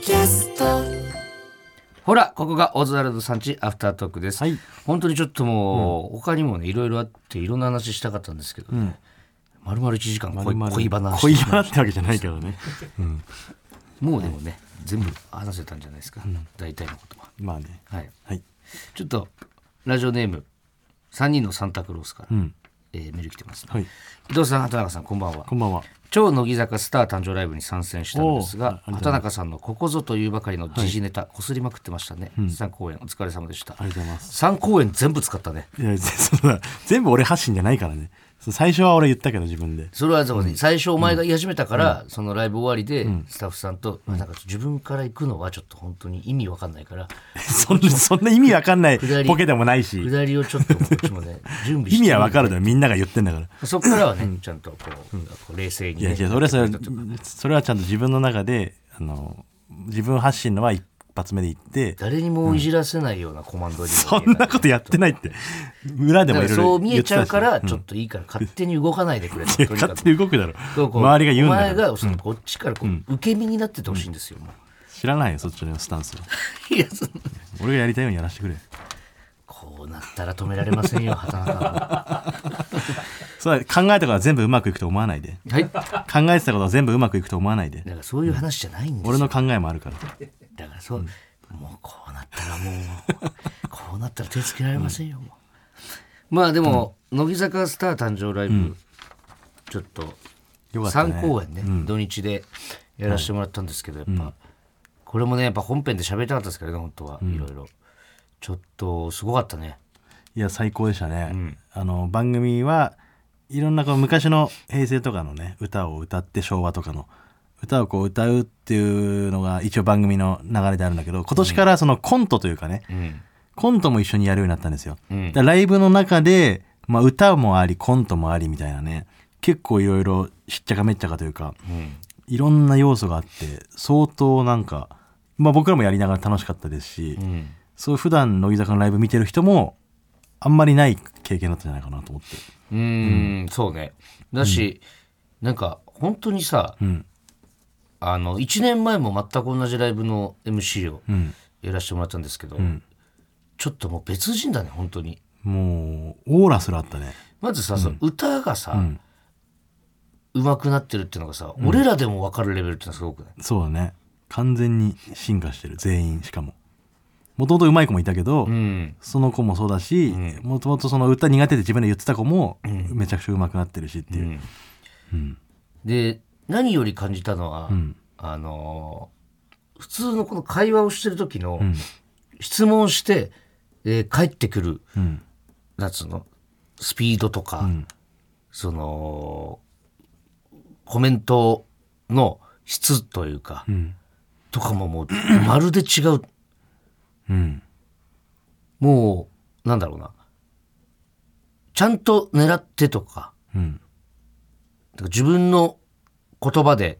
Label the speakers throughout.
Speaker 1: キャスト
Speaker 2: ほら、ここがオズワルドさんちアフタートークです。
Speaker 3: はい
Speaker 2: 本当にちょっともう、他にもね、いろいろあって、いろんな話したかったんですけど、ね丸々1時間恋恋バナ
Speaker 3: 恋バナってわけじゃないけどね。
Speaker 2: もうでもね、全部話せたんじゃないですか。大体のことは。
Speaker 3: まあね。
Speaker 2: はい。
Speaker 3: はい。
Speaker 2: ちょっと、ラジオネーム、3人のサンタクロースから、
Speaker 3: うん。
Speaker 2: えーメール来てますね、
Speaker 3: はい。
Speaker 2: 伊藤さん、畑中さん、こんばんは
Speaker 3: こ。んばんは。
Speaker 2: 超乃木坂スター誕生ライブに参戦したんですが
Speaker 3: おー
Speaker 2: 畑中さんのここぞというばかりの時事ネタこすりまくってましたね、3公演お疲れ様でした
Speaker 3: ありがとうございます。
Speaker 2: 3公演全部使ったね
Speaker 3: いや、 そんな全部俺発信じゃないからね。そう最初は俺言ったけど自分で。
Speaker 2: それはそうね最初お前が言い始めたから、そのライブ終わりでスタッフさんと、まあなんか自分から行くのはちょっと本当に意味わかんないから
Speaker 3: そ んな、そんな意味わかんない
Speaker 2: 下り
Speaker 3: ボケでもないし。
Speaker 2: 下りをちょっとこっちも ね準備して
Speaker 3: 意味はわかるだろ、みんなが言ってんだから。
Speaker 2: そこからはね、ちゃんとこう,、こう冷静に
Speaker 3: い
Speaker 2: ね、
Speaker 3: やいや、それはそれは、それはちゃんと自分の中で、あの、自分発信のは一発目で言って、
Speaker 2: 誰にもいじらせないようなコマンドに、
Speaker 3: そんなことやってないって。裏で
Speaker 2: だ
Speaker 3: も
Speaker 2: から
Speaker 3: いろいろ
Speaker 2: そう見
Speaker 3: 言
Speaker 2: え
Speaker 3: って
Speaker 2: ちゃ
Speaker 3: た
Speaker 2: う
Speaker 3: し
Speaker 2: から、ちょっといいから勝手に動かないでくれととにか
Speaker 3: 勝
Speaker 2: く
Speaker 3: 手に動くだろ
Speaker 2: そうこう
Speaker 3: 周りが言うんだ
Speaker 2: お
Speaker 3: から
Speaker 2: 前がそのこっちからこう、受け身になっててほしいんですよ、も
Speaker 3: 知らないよそっちのスタンスは
Speaker 2: ういやその
Speaker 3: 俺がやりたいようにやらせてくれ
Speaker 2: こうなったら止められませんよ畑中は
Speaker 3: そう考えたことは全部うまくいくと思わないで
Speaker 2: はい
Speaker 3: 考えてたことは全部うまくいくと思わないで
Speaker 2: だからそういう話じゃないんですよ
Speaker 3: 俺の考えもあるから
Speaker 2: だからそう、もうこうなったらもうこう なったら手つけられませんよ、もうまあでも、乃木坂スター誕生ライブ、ちょっと
Speaker 3: よかったね
Speaker 2: 3公演ね、土日でやらせてもらったんですけどやっぱ、これもねやっぱ本編で喋りたかったですけどね本当は、いろいろちょっとすごかったね
Speaker 3: いや最高でしたね、あの番組はいろんなこう昔の平成とかのね歌を歌って昭和とかの歌をこう歌うっていうのが一応番組の流れであるんだけど今年からそのコントというかね、
Speaker 2: うん
Speaker 3: コントも一緒にやるようになったんですよ、
Speaker 2: うん
Speaker 3: だからライブの中で、まあ、歌もありコントもありみたいなね結構いろいろしっちゃかめっちゃかというか
Speaker 2: うん
Speaker 3: いろんな要素があって相当なんか、まあ、僕らもやりながら楽しかったですし、
Speaker 2: うん
Speaker 3: そう普段乃木坂のライブ見てる人もあんまりない経験だったんじゃないかなと思って
Speaker 2: うーんそうねだし、なんか本当にさ、
Speaker 3: ん
Speaker 2: あの1年前も全く同じライブの MC を
Speaker 3: ん
Speaker 2: やらせてもらったんですけど、
Speaker 3: ん
Speaker 2: ちょっともう別人だね本当に
Speaker 3: もうオーラすらあったね
Speaker 2: まずさ、その歌がさ、うんまくなってるっていうのがさ、俺らでも分かるレベルっていうのはすごくない
Speaker 3: そうだね完全に進化してる全員しかももともとうまい子もいたけど、
Speaker 2: うん
Speaker 3: その子もそうだしもともとその歌苦手で自分で言ってた子もめちゃくちゃ上手くなってるしっていう、
Speaker 2: で何より感じたのは、あのー普通のこの会話をしてる時の、質問して、えー帰ってくる、なんつうのスピードとか、そのコメントの質というか、とかももうまるで違う、もうなんだろうなちゃんと狙ってとか,、だから自分の言葉で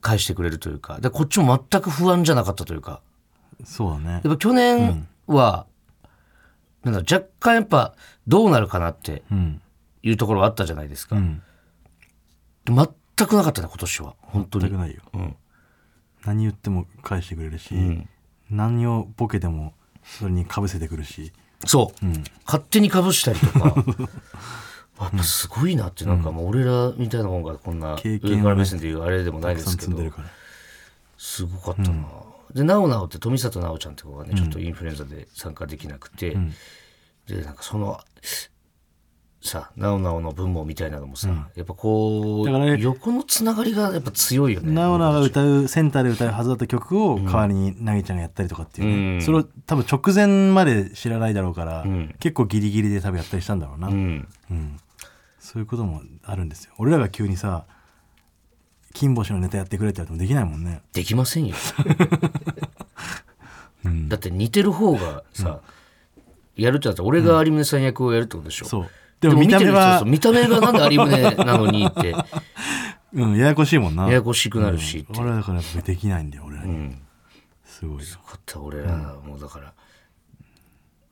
Speaker 2: 返してくれるというかでこっちも全く不安じゃなかったというか
Speaker 3: そうだね
Speaker 2: やっぱ去年は、なんだろう若干やっぱどうなるかなって
Speaker 3: うん
Speaker 2: いうところはあったじゃないですか、
Speaker 3: ん
Speaker 2: で全くなかったね今年は本当
Speaker 3: 全く
Speaker 2: に
Speaker 3: ないよ
Speaker 2: うん
Speaker 3: 何言っても返してくれるし、
Speaker 2: ん
Speaker 3: 何をボケてもそれにかぶせてくるし
Speaker 2: そう、勝手にかぶしたりと かやっぱすごいなってなんかもう俺らみたいなもんがこんな
Speaker 3: 経験をね
Speaker 2: 上から目線でいうあれでもな
Speaker 3: た
Speaker 2: い
Speaker 3: く
Speaker 2: で
Speaker 3: さん
Speaker 2: すけ
Speaker 3: 積ん
Speaker 2: ど
Speaker 3: でるから
Speaker 2: すごかったな、でなおなおって富里奈緒ちゃんって子がねちょっとインフルエンザで参加できなくて、でなんかそのさなおなおの分母みたいなのもさ、やっぱこう、
Speaker 3: だからね
Speaker 2: 横のつながりがやっぱ強いよね
Speaker 3: なおなおが歌うセンターで歌うはずだった曲を代わりになぎちゃんがやったりとかっていうね、
Speaker 2: うん
Speaker 3: それを多分直前まで知らないだろうから、
Speaker 2: ん
Speaker 3: 結構ギリギリで多分やったりしたんだろうな、
Speaker 2: うん
Speaker 3: そういうこともあるんですよ俺らが急にさ金星のネタやってくれって言われてもできないもんね
Speaker 2: できませんよ、 だって似てる方がさ、やるってなったら俺が有宗さん役をやるってことでしょ、
Speaker 3: そう
Speaker 2: で
Speaker 3: で
Speaker 2: も
Speaker 3: も見
Speaker 2: 見
Speaker 3: た
Speaker 2: てる
Speaker 3: 目
Speaker 2: 人は
Speaker 3: は
Speaker 2: そう、見た目がなんで有宗なのに って
Speaker 3: うん、ややこしいもんな
Speaker 2: ややこしくなるしって、
Speaker 3: 俺らだからやっぱできないんだよ俺らに、
Speaker 2: うん
Speaker 3: すごいよ
Speaker 2: よかった俺らもうだから、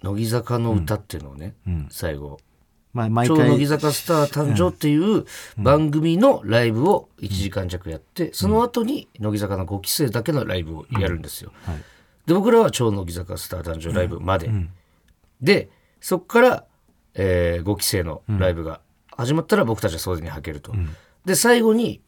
Speaker 2: 乃木坂の歌っていうのをね、最後
Speaker 3: まあ、毎
Speaker 2: 超乃木
Speaker 3: 回
Speaker 2: 坂スター誕生っていう番組のライブを1時間弱やって、その後に乃木坂の5期生だけのライブをやるんですよ。で僕らは超乃木坂スター誕生ライブまで、でそこから、え5期生のライブが始まったら僕たちは袖に履けると。で最後に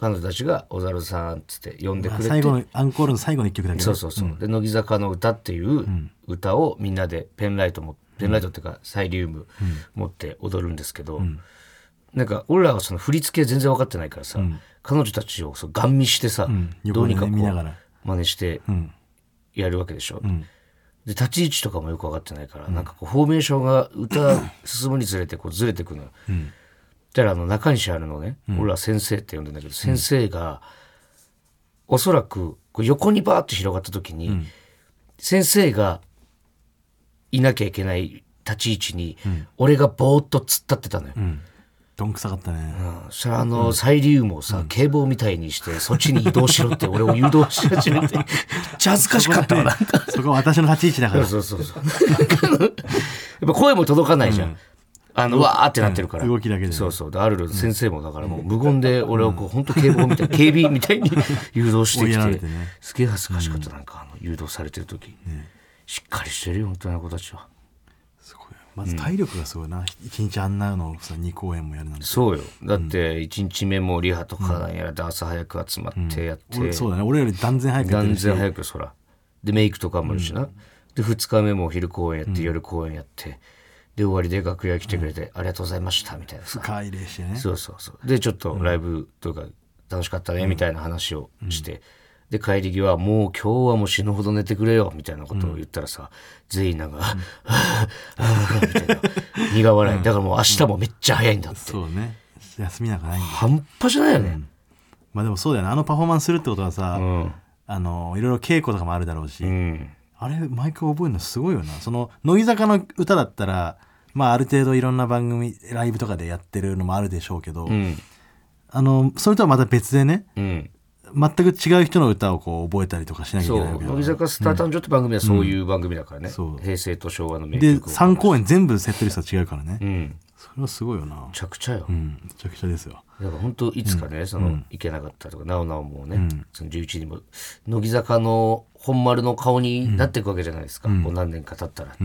Speaker 2: 彼女たちが「小猿さん」っつって呼んでくれて
Speaker 3: 最後のアンコールの最後の一曲だけど
Speaker 2: そうそうそう、で乃木坂の歌っていう歌をみんなでペンライトもペンライトっていうかサイリウム持って踊るんですけど、なんか俺らはその振り付け全然分かってないからさ、彼女たちをそうガン見してさ、ど
Speaker 3: 横
Speaker 2: うに
Speaker 3: でね
Speaker 2: かこ
Speaker 3: 見ながら
Speaker 2: う真似してやるわけでしょ、で立ち位置とかもよく分かってないから、なんかこうフォーメーションが歌進むにつれてこうずれてくのよ。だからあの中西あるのね、俺ら先生って呼んでんだけど先生がおそらくこう横にバーッと広がった時に、先生がいなきゃいけない立ち位置に、俺がぼーっと突っ立ってたのよ。
Speaker 3: どんくさかったね、
Speaker 2: うんそしたらあの、サイリウムをさ、警棒みたいにして、そっちに移動しろって俺を誘導し始 めて、めっちゃ恥ずかしかったわ、なんか。
Speaker 3: そこは私の立ち位置だから
Speaker 2: そうそうそうそう。やっぱ声も届かないじゃん。あの、わーってなってるから。
Speaker 3: うん動きだけでね
Speaker 2: そうそう。である先生もだからもう無言で俺をこう、本当警棒 みたい、警備みたいに誘導して
Speaker 3: 追い
Speaker 2: き
Speaker 3: やられ
Speaker 2: て
Speaker 3: てね、
Speaker 2: すげえ恥ずかしかった、なんか、あの、誘導されてる時。しっかりしてるよ、本当にあの子たちは。
Speaker 3: すごいまず体力がすごいな、一日あんなのをさ2公演もやるなんて
Speaker 2: そうよ。だって、1日目もリハとかなんやらで朝早く集まってやって。
Speaker 3: 俺そうだね俺より断然早くやって
Speaker 2: 断
Speaker 3: るし
Speaker 2: 然早くそらでメイクとかもあるしな、で2日目も昼公演やって、夜公演やってで終わりで楽屋来てくれて、ありがとうございましたみたいなさ
Speaker 3: 深い礼してね
Speaker 2: そうそうそうでちょっとライブとか楽しかったねみたいな話をして、で帰り際もう今日はもう死ぬほど寝てくれよみたいなことを言ったらさ、全員なんか「はあはあみたいな苦笑い、だからもう明日もめっちゃ早いんだって、
Speaker 3: そうね休みなんかないんだ
Speaker 2: 半端じゃないよね、
Speaker 3: まあでもそうだよねあのパフォーマンスするってことはさ、
Speaker 2: ん
Speaker 3: あのいろいろ稽古とかもあるだろうし、
Speaker 2: うん、
Speaker 3: あれ毎回覚えるのすごいよなその乃木坂の歌だったらまあある程度いろんな番組ライブとかでやってるのもあるでしょうけど、
Speaker 2: うん
Speaker 3: あのそれとはまた別でね
Speaker 2: うん
Speaker 3: 全く違う人の歌をこう覚えたりとかしなきゃい
Speaker 2: そ
Speaker 3: け
Speaker 2: う
Speaker 3: ないわけだか
Speaker 2: 乃
Speaker 3: ら
Speaker 2: 木坂スター誕生って番組はそういう番組だからね、
Speaker 3: そう
Speaker 2: 平成と昭和の名
Speaker 3: で
Speaker 2: 曲を
Speaker 3: 3公演全部セットリストは違うからね、
Speaker 2: うんめ
Speaker 3: それはすごいよな
Speaker 2: ちゃくちゃよ、
Speaker 3: うんめちゃくちゃですよ
Speaker 2: だから本当いつかね、その行けなかったとかなおなおもね、その11にも乃木坂の本丸の顔になっていくわけじゃないですか、こう何年か経ったらって、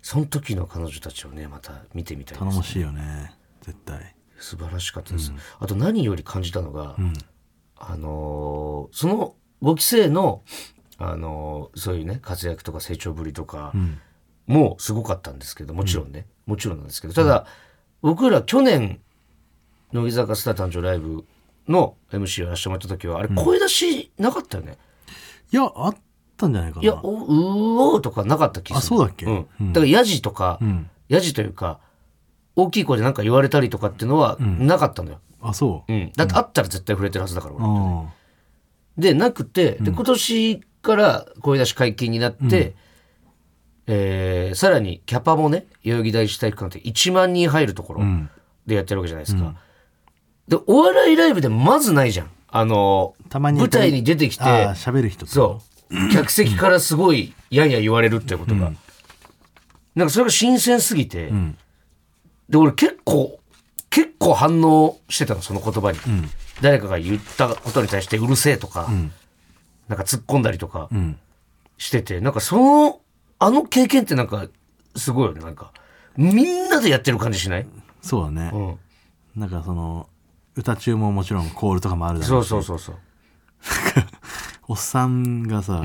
Speaker 2: その時の彼女たちをねまた見てみたい
Speaker 3: 頼
Speaker 2: です
Speaker 3: もしいよね絶対
Speaker 2: 素晴らしかったです、あと何より感じたのが、あのーその5期生の、あのーそういうね活躍とか成長ぶりとかもすごかったんですけどもちろんね、もちろんなんですけどただ、僕ら去年乃木坂スター誕生ライブの MC をやらせてもらった時はあれ声出しなかったよね、
Speaker 3: いやあったんじゃないかない
Speaker 2: やおうおーとかなかった気がする
Speaker 3: あそうだっけ
Speaker 2: んだからヤジとか、ヤジというか大きい声で何か言われたりとかっていうのはなかったのよ、
Speaker 3: あそう、
Speaker 2: うん、だってあったら絶対触れてるはずだから、俺
Speaker 3: ああ
Speaker 2: でなくてで今年から声出し解禁になって、えーさらにキャパもね代々木第一体育館って1万人入るところでやってるわけじゃないですか、でお笑いライブでまずないじゃんあの
Speaker 3: たまに
Speaker 2: 舞台に出てきて
Speaker 3: ああ喋る人ってこと
Speaker 2: そう客席からすごいやんや言われるってことが、なんかそれが新鮮すぎて、で俺結構結構反応してたのその言葉に、誰かが言ったことに対してうるせえとか、なんか突っ込んだりとかしてて、なんかそのあの経験ってなんかすごいよねなんかみんなでやってる感じしない、
Speaker 3: そうだね、
Speaker 2: うん、
Speaker 3: なんかその歌中ももちろんコールとかもあるだろ
Speaker 2: そうう
Speaker 3: し
Speaker 2: そうそうそう
Speaker 3: おっさんがさ、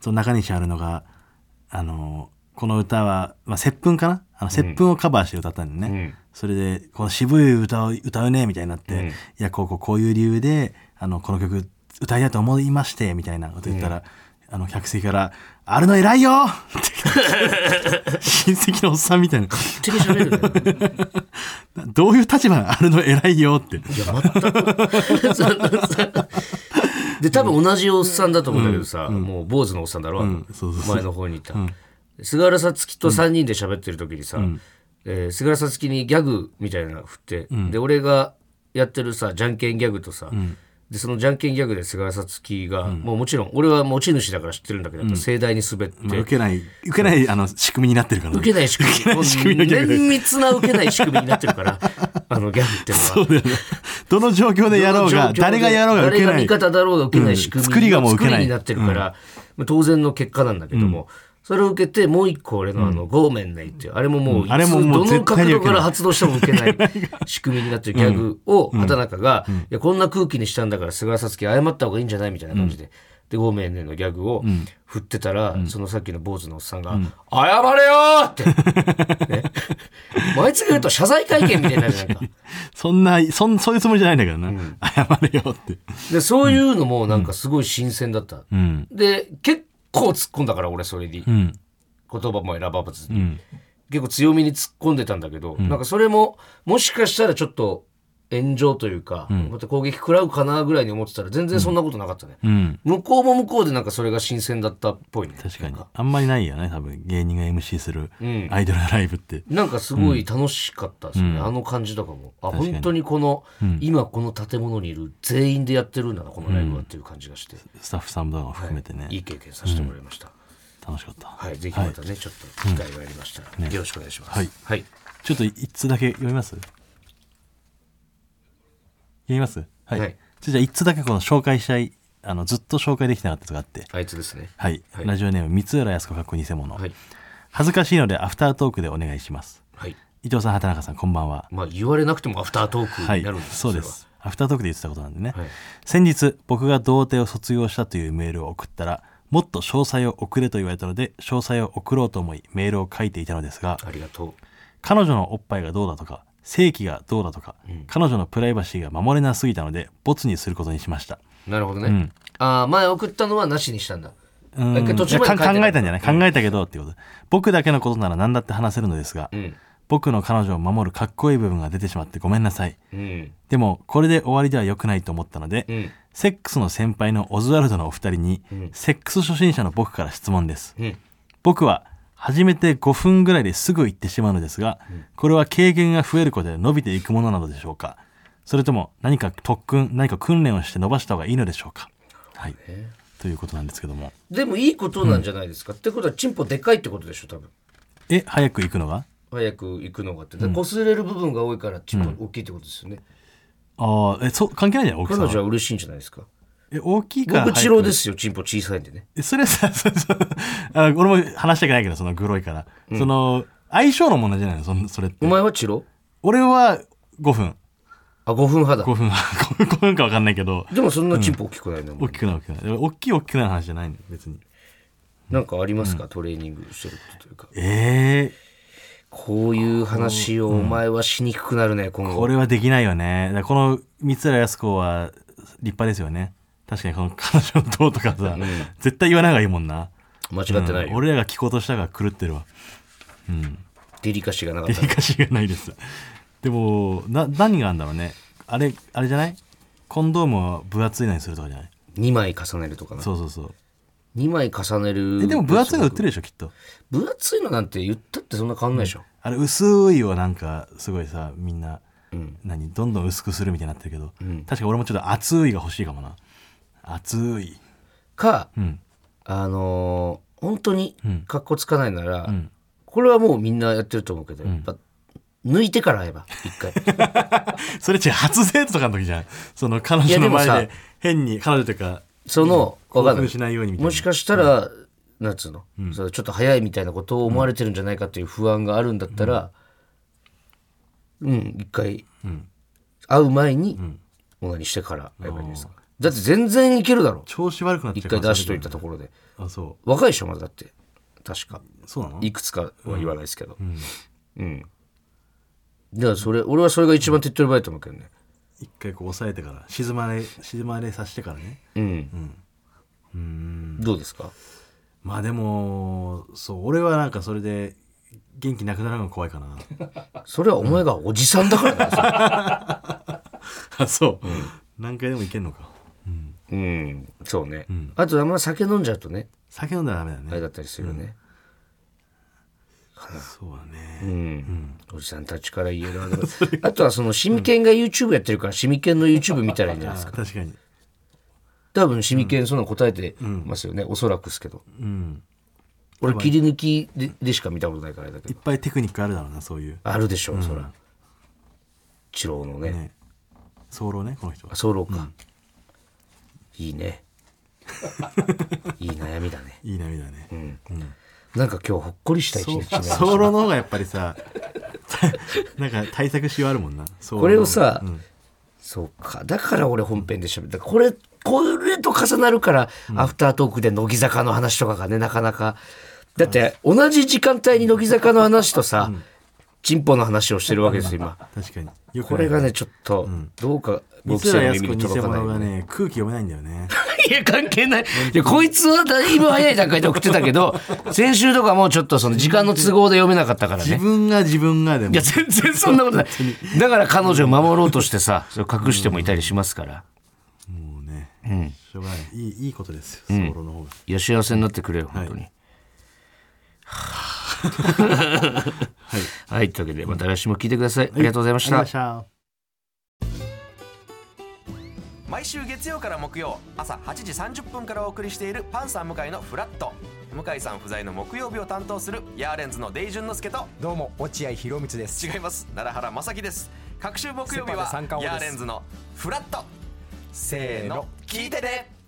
Speaker 3: その中西あるのがあのこの歌は、まあ、接吻かなあの接吻をカバーして歌ったんだよね、
Speaker 2: うん
Speaker 3: それでこの渋い歌を歌うねみたいになって、
Speaker 2: ん
Speaker 3: いやこうこうこういう理由であのこの曲歌いたいと思いましてみたいなこと言ったら、あの客席から「あるの偉いよ!」って 親戚のおっさんみたいな
Speaker 2: 手で喋るね
Speaker 3: どういう立場あるの偉いよって。
Speaker 2: いや、全く。そんなさ で、多分同じおっさんだと思うんだけどさ、もう坊主のおっさんだろ、あの
Speaker 3: そうそうそう
Speaker 2: 前の方にいた。菅原さつきと3人で喋ってる時にさ、えー菅原さつきにギャグみたいなの振って、で、俺がやってるさ、じゃんけんギャグとさ、でそのじゃんけんギャグで菅原さつきが、もうもちろん俺は持ち主だから知ってるんだけど、やっぱ盛大に滑って、
Speaker 3: まあ受けない受けないあの仕組みになってるから、ね、
Speaker 2: 受けない仕組み
Speaker 3: ない仕組みのギャグ
Speaker 2: 綿密な受けない仕組みになってる からあのギャグってのは
Speaker 3: そうだよねどの状況でやろうが誰がやろうが受けな
Speaker 2: 誰
Speaker 3: い
Speaker 2: が味方だろうが受けない仕組み、
Speaker 3: うん作りがもう受けない
Speaker 2: 作りになってるから、まあ当然の結果なんだけども、それを受けてもう一個俺のあの「ごめんない」っていうあれももういつ
Speaker 3: あれももう
Speaker 2: どの角度
Speaker 3: 絶対に受け
Speaker 2: か
Speaker 3: ない
Speaker 2: ら発動しても受けない仕組みになってるギャグを畑中が、いやこんな空気にしたんだから菅原さつき謝った方がいいんじゃないみたいな感じで。で、ごめんねのギャグを振ってたら、そのさっきの坊主のおっさんが、謝れよーって、 ね、もうあいつが言うと謝罪会見みたいになるじゃないか。
Speaker 3: そんなそんそういうつもりじゃないんだけどな、謝れよって
Speaker 2: で、そういうのもなんかすごい新鮮だった。
Speaker 3: うん
Speaker 2: で、結構突っ込んだから、俺それに。
Speaker 3: うん
Speaker 2: 言葉も選ばず
Speaker 3: う
Speaker 2: に、
Speaker 3: ん
Speaker 2: 結構強みに突っ込んでたんだけど、なんかそれももしかしたらちょっと炎上というか、また攻撃食らうかなぐらいに思ってたら全然そんなことなかったね、
Speaker 3: うん
Speaker 2: 向こうも向こうでなんかそれが新鮮だったっぽいね
Speaker 3: 確かに
Speaker 2: なん
Speaker 3: あんまりないよね多分芸人が MC する
Speaker 2: うん
Speaker 3: アイドルのライブって、
Speaker 2: なんかすごい楽しかったですね、あの感じとかもあ
Speaker 3: かに
Speaker 2: 本当にこの、今この建物にいる全員でやってるんだなこのライブはっていう感じがして、
Speaker 3: スタッフさんとかも含めてね、
Speaker 2: いい経験させてもらいました、
Speaker 3: 楽しかった、
Speaker 2: はい、ぜひまたね、ちょっと機会がありましたら、よろしくお願いします。
Speaker 3: はい
Speaker 2: はい
Speaker 3: ちょっと一通だけ読みます読みますはい、
Speaker 2: はい
Speaker 3: じゃあ一通だけこの紹介したいあのずっと紹介できてなかったやつがあって
Speaker 2: あいつですね。
Speaker 3: はい、
Speaker 2: はい
Speaker 3: ラジオネーム三浦康子かっこ偽物、
Speaker 2: はい。
Speaker 3: 恥ずかしいのでアフタートークでお願いします
Speaker 2: はい。
Speaker 3: 伊藤さん畑中さんこんばんは
Speaker 2: まあ、言われなくてもアフタートーク
Speaker 3: は
Speaker 2: に
Speaker 3: い
Speaker 2: なるんです
Speaker 3: そうですアフタートークで言ってたことなんでね、
Speaker 2: はい
Speaker 3: 先日僕が童貞を卒業したというメールを送ったらもっと詳細を送れと言われたので詳細を送ろうと思いメールを書いていたのですが
Speaker 2: それはありがと
Speaker 3: 彼女のおっぱいがどうだとか性器がどうだとか、彼女のプライバシーが守れなすぎたのでボツにすることにしました
Speaker 2: う。なるほどね。
Speaker 3: ん
Speaker 2: ああ、前送ったのはなしにしたんだ。
Speaker 3: うん
Speaker 2: 一回途中まで
Speaker 3: いやか
Speaker 2: 書いて
Speaker 3: 考
Speaker 2: な
Speaker 3: え
Speaker 2: い
Speaker 3: たんじゃない考えたけどってこと僕だけのことなら何だって話せるのですが、
Speaker 2: うん。
Speaker 3: 僕の彼女を守るかっこいい部分が出てしまってごめんなさい
Speaker 2: うん。
Speaker 3: でもこれで終わりでは良くないと思ったので、
Speaker 2: うん。
Speaker 3: セックスの先輩のオズワルドのお二人に、セックス初心者の僕から質問です
Speaker 2: うん。
Speaker 3: 僕は初めて5分ぐらいですぐ行ってしまうのですが、これは経験が増えることで伸びていくものなのでしょうかそれとも何か特訓何か訓練をして伸ばした方がいいのでしょうかはいということなんですけども
Speaker 2: でもいいことなんじゃないですか。ってことは、チンポでかいってことでしょ、多分。
Speaker 3: え早く行くのが
Speaker 2: 早く行くのがって。でこすれる部分が多いから、チンポ大きいってことですよね。
Speaker 3: ああえそう関係ないじゃん大き
Speaker 2: 彼
Speaker 3: さは
Speaker 2: 女は嬉しいんじゃないですか。
Speaker 3: え大きいから
Speaker 2: 僕、
Speaker 3: 早
Speaker 2: 治
Speaker 3: く
Speaker 2: 療ですよ、チンポ小さいんでね。
Speaker 3: えそれさそうそうあ俺も話したくないけどそのグロいから、その相性の問題じゃないのそのそれって
Speaker 2: お前は治療
Speaker 3: 俺は5分
Speaker 2: あ、5分派だ
Speaker 3: 5。分 5分か分かんないけど
Speaker 2: でもそんなチンポ大きくないの、お前
Speaker 3: 大きくない大きくないでも大きい大きくない話じゃないの別に
Speaker 2: なんかありますか、トレーニングしてることというか。
Speaker 3: ええ
Speaker 2: こういう話をお前はしにくくなるね、今後。
Speaker 3: これはできないよね。だからこの三浦康子は立派ですよね。確かにこの彼女のどうとかさ、絶対言わない方がいいもんな。
Speaker 2: 間違ってない
Speaker 3: うん
Speaker 2: よ。
Speaker 3: 俺らが聞こうとしたが狂ってるわ。
Speaker 2: デリカシーがなかっ
Speaker 3: デ
Speaker 2: た
Speaker 3: リ。カシーがないです。でも、な、何があるんだろうね。あれ、あれじゃないコンドームを分厚いのにするとかじゃない
Speaker 2: 2枚重ねるとかな。
Speaker 3: そうそうそう。
Speaker 2: 2枚重ねる。
Speaker 3: え、でも分厚いの売ってるでしょ、きっと。
Speaker 2: 分厚いのなんて言ったってそんな変わんないでしょ。
Speaker 3: あれ、薄いをなんか、すごいさ、みんな、何どんどん薄くするみたいになってるけど、確か俺もちょっと厚いが欲しいかもな。厚い。
Speaker 2: か、
Speaker 3: ん
Speaker 2: あのー本当に格好つかないなら、これはもうみんなやってると思うけど、やっぱ抜いてから会えば、一回。
Speaker 3: それ違う、初デートとかの時じゃん。その彼
Speaker 2: いや
Speaker 3: 女
Speaker 2: で
Speaker 3: の
Speaker 2: もさ
Speaker 3: 前で変に、彼女というか、
Speaker 2: その、わかん
Speaker 3: 興
Speaker 2: な
Speaker 3: 奮しない
Speaker 2: い。
Speaker 3: ようにみたいな。
Speaker 2: もしかしたら、なんつうの、それちょっと早いみたいなことを思われてるんじゃないかという不安があるんだったら、うん、一回、会う前に、オナニーしてから会えばいいんですか。だって全然いけるだろ。
Speaker 3: 調子悪くなっちゃう
Speaker 2: 一
Speaker 3: か
Speaker 2: 回
Speaker 3: ら
Speaker 2: 出しといたところで。
Speaker 3: あ、そ
Speaker 2: 若いでしょ、まだだって。確か。
Speaker 3: う。そうなの
Speaker 2: いくつかは言わないですけど。うん。だからそれ、俺はそれが一番手っ取り早いと思うけどね。
Speaker 3: 一回こう押さえてから、静まれ、静まれさせてからね。
Speaker 2: うん。どうですか
Speaker 3: まあでも、そう、俺はなんかそれで、元気なくなるのが怖いかな。
Speaker 2: それはお前がおじさんだからだよそれ
Speaker 3: あ、そう。何回でもいけんのか。
Speaker 2: うん、そうね。あと、あんま酒飲んじゃうとね、
Speaker 3: 酒飲んだらダメだ
Speaker 2: あれ
Speaker 3: ね。
Speaker 2: だったりするよね。
Speaker 3: そうだ
Speaker 2: う
Speaker 3: ね。
Speaker 2: ん。おじさんたちから 言えるわけだあとは、その、シミケンが YouTube やってるから、シミケンの YouTube 見たらいいんじゃないですか。
Speaker 3: 確かに。
Speaker 2: 多分シミケンそんなの答えてますよね、おそらくですけど、俺切り抜きででしか見たことないからあれだけ
Speaker 3: いっ
Speaker 2: ど
Speaker 3: ぱいテクニックあるだろうなそういう
Speaker 2: あるでしょう、そらチローのね
Speaker 3: ね早漏ねこの人は
Speaker 2: あそうろうか、いいね いい悩みだね
Speaker 3: いい涙ね
Speaker 2: なんか今日ほっこりした一
Speaker 3: そう
Speaker 2: 日
Speaker 3: 早
Speaker 2: ね
Speaker 3: 漏の方がやっぱりさ なんか対策しようあるもんな早漏の方が
Speaker 2: これをさ、そうかだから俺本編で喋ったこれこれと重なるから、アフタートークで乃木坂の話とかがねなかなかだって同じ時間帯に乃木坂の話とさ、チンポの話をしてるわけですよ今
Speaker 3: 確かによく
Speaker 2: これが
Speaker 3: ね
Speaker 2: ねちょっとどうか僕
Speaker 3: 三
Speaker 2: らの
Speaker 3: 浦康
Speaker 2: 耳
Speaker 3: 子
Speaker 2: に
Speaker 3: 偽
Speaker 2: 届かない
Speaker 3: 物がね空気読めない んだよね
Speaker 2: いや、関係ない。いや、こいつはだいぶ早い段階で送ってたけど、先週とかもうちょっとその時間の都合で読めなかったから
Speaker 3: 自
Speaker 2: ね。
Speaker 3: 分が自分がでも
Speaker 2: いや、全然そんなことない。だから彼女を守ろうとしてさ、それを隠してもいたりしますから。
Speaker 3: もうね、
Speaker 2: ん
Speaker 3: しょうがないいいいいことです早漏の方が、
Speaker 2: いや、幸せになってくれよ、本当に。
Speaker 3: はい
Speaker 2: はい、というわけで、また来週も聞いてください。ありがとうございまし
Speaker 3: ありがとうござい
Speaker 2: た
Speaker 3: ま。した
Speaker 1: 毎週月曜から木曜朝8時30分からお送りしているパンサー向井のフラット向井さん不在の木曜日を担当するヤーレンズのデイジュンの之介と
Speaker 4: どうも落合博満です
Speaker 1: 違います奈良原雅樹です各週木曜日は
Speaker 4: セパで三冠王
Speaker 1: ヤ
Speaker 4: で
Speaker 1: ー
Speaker 4: す
Speaker 1: レンズのフラットせーの聞いてて、ね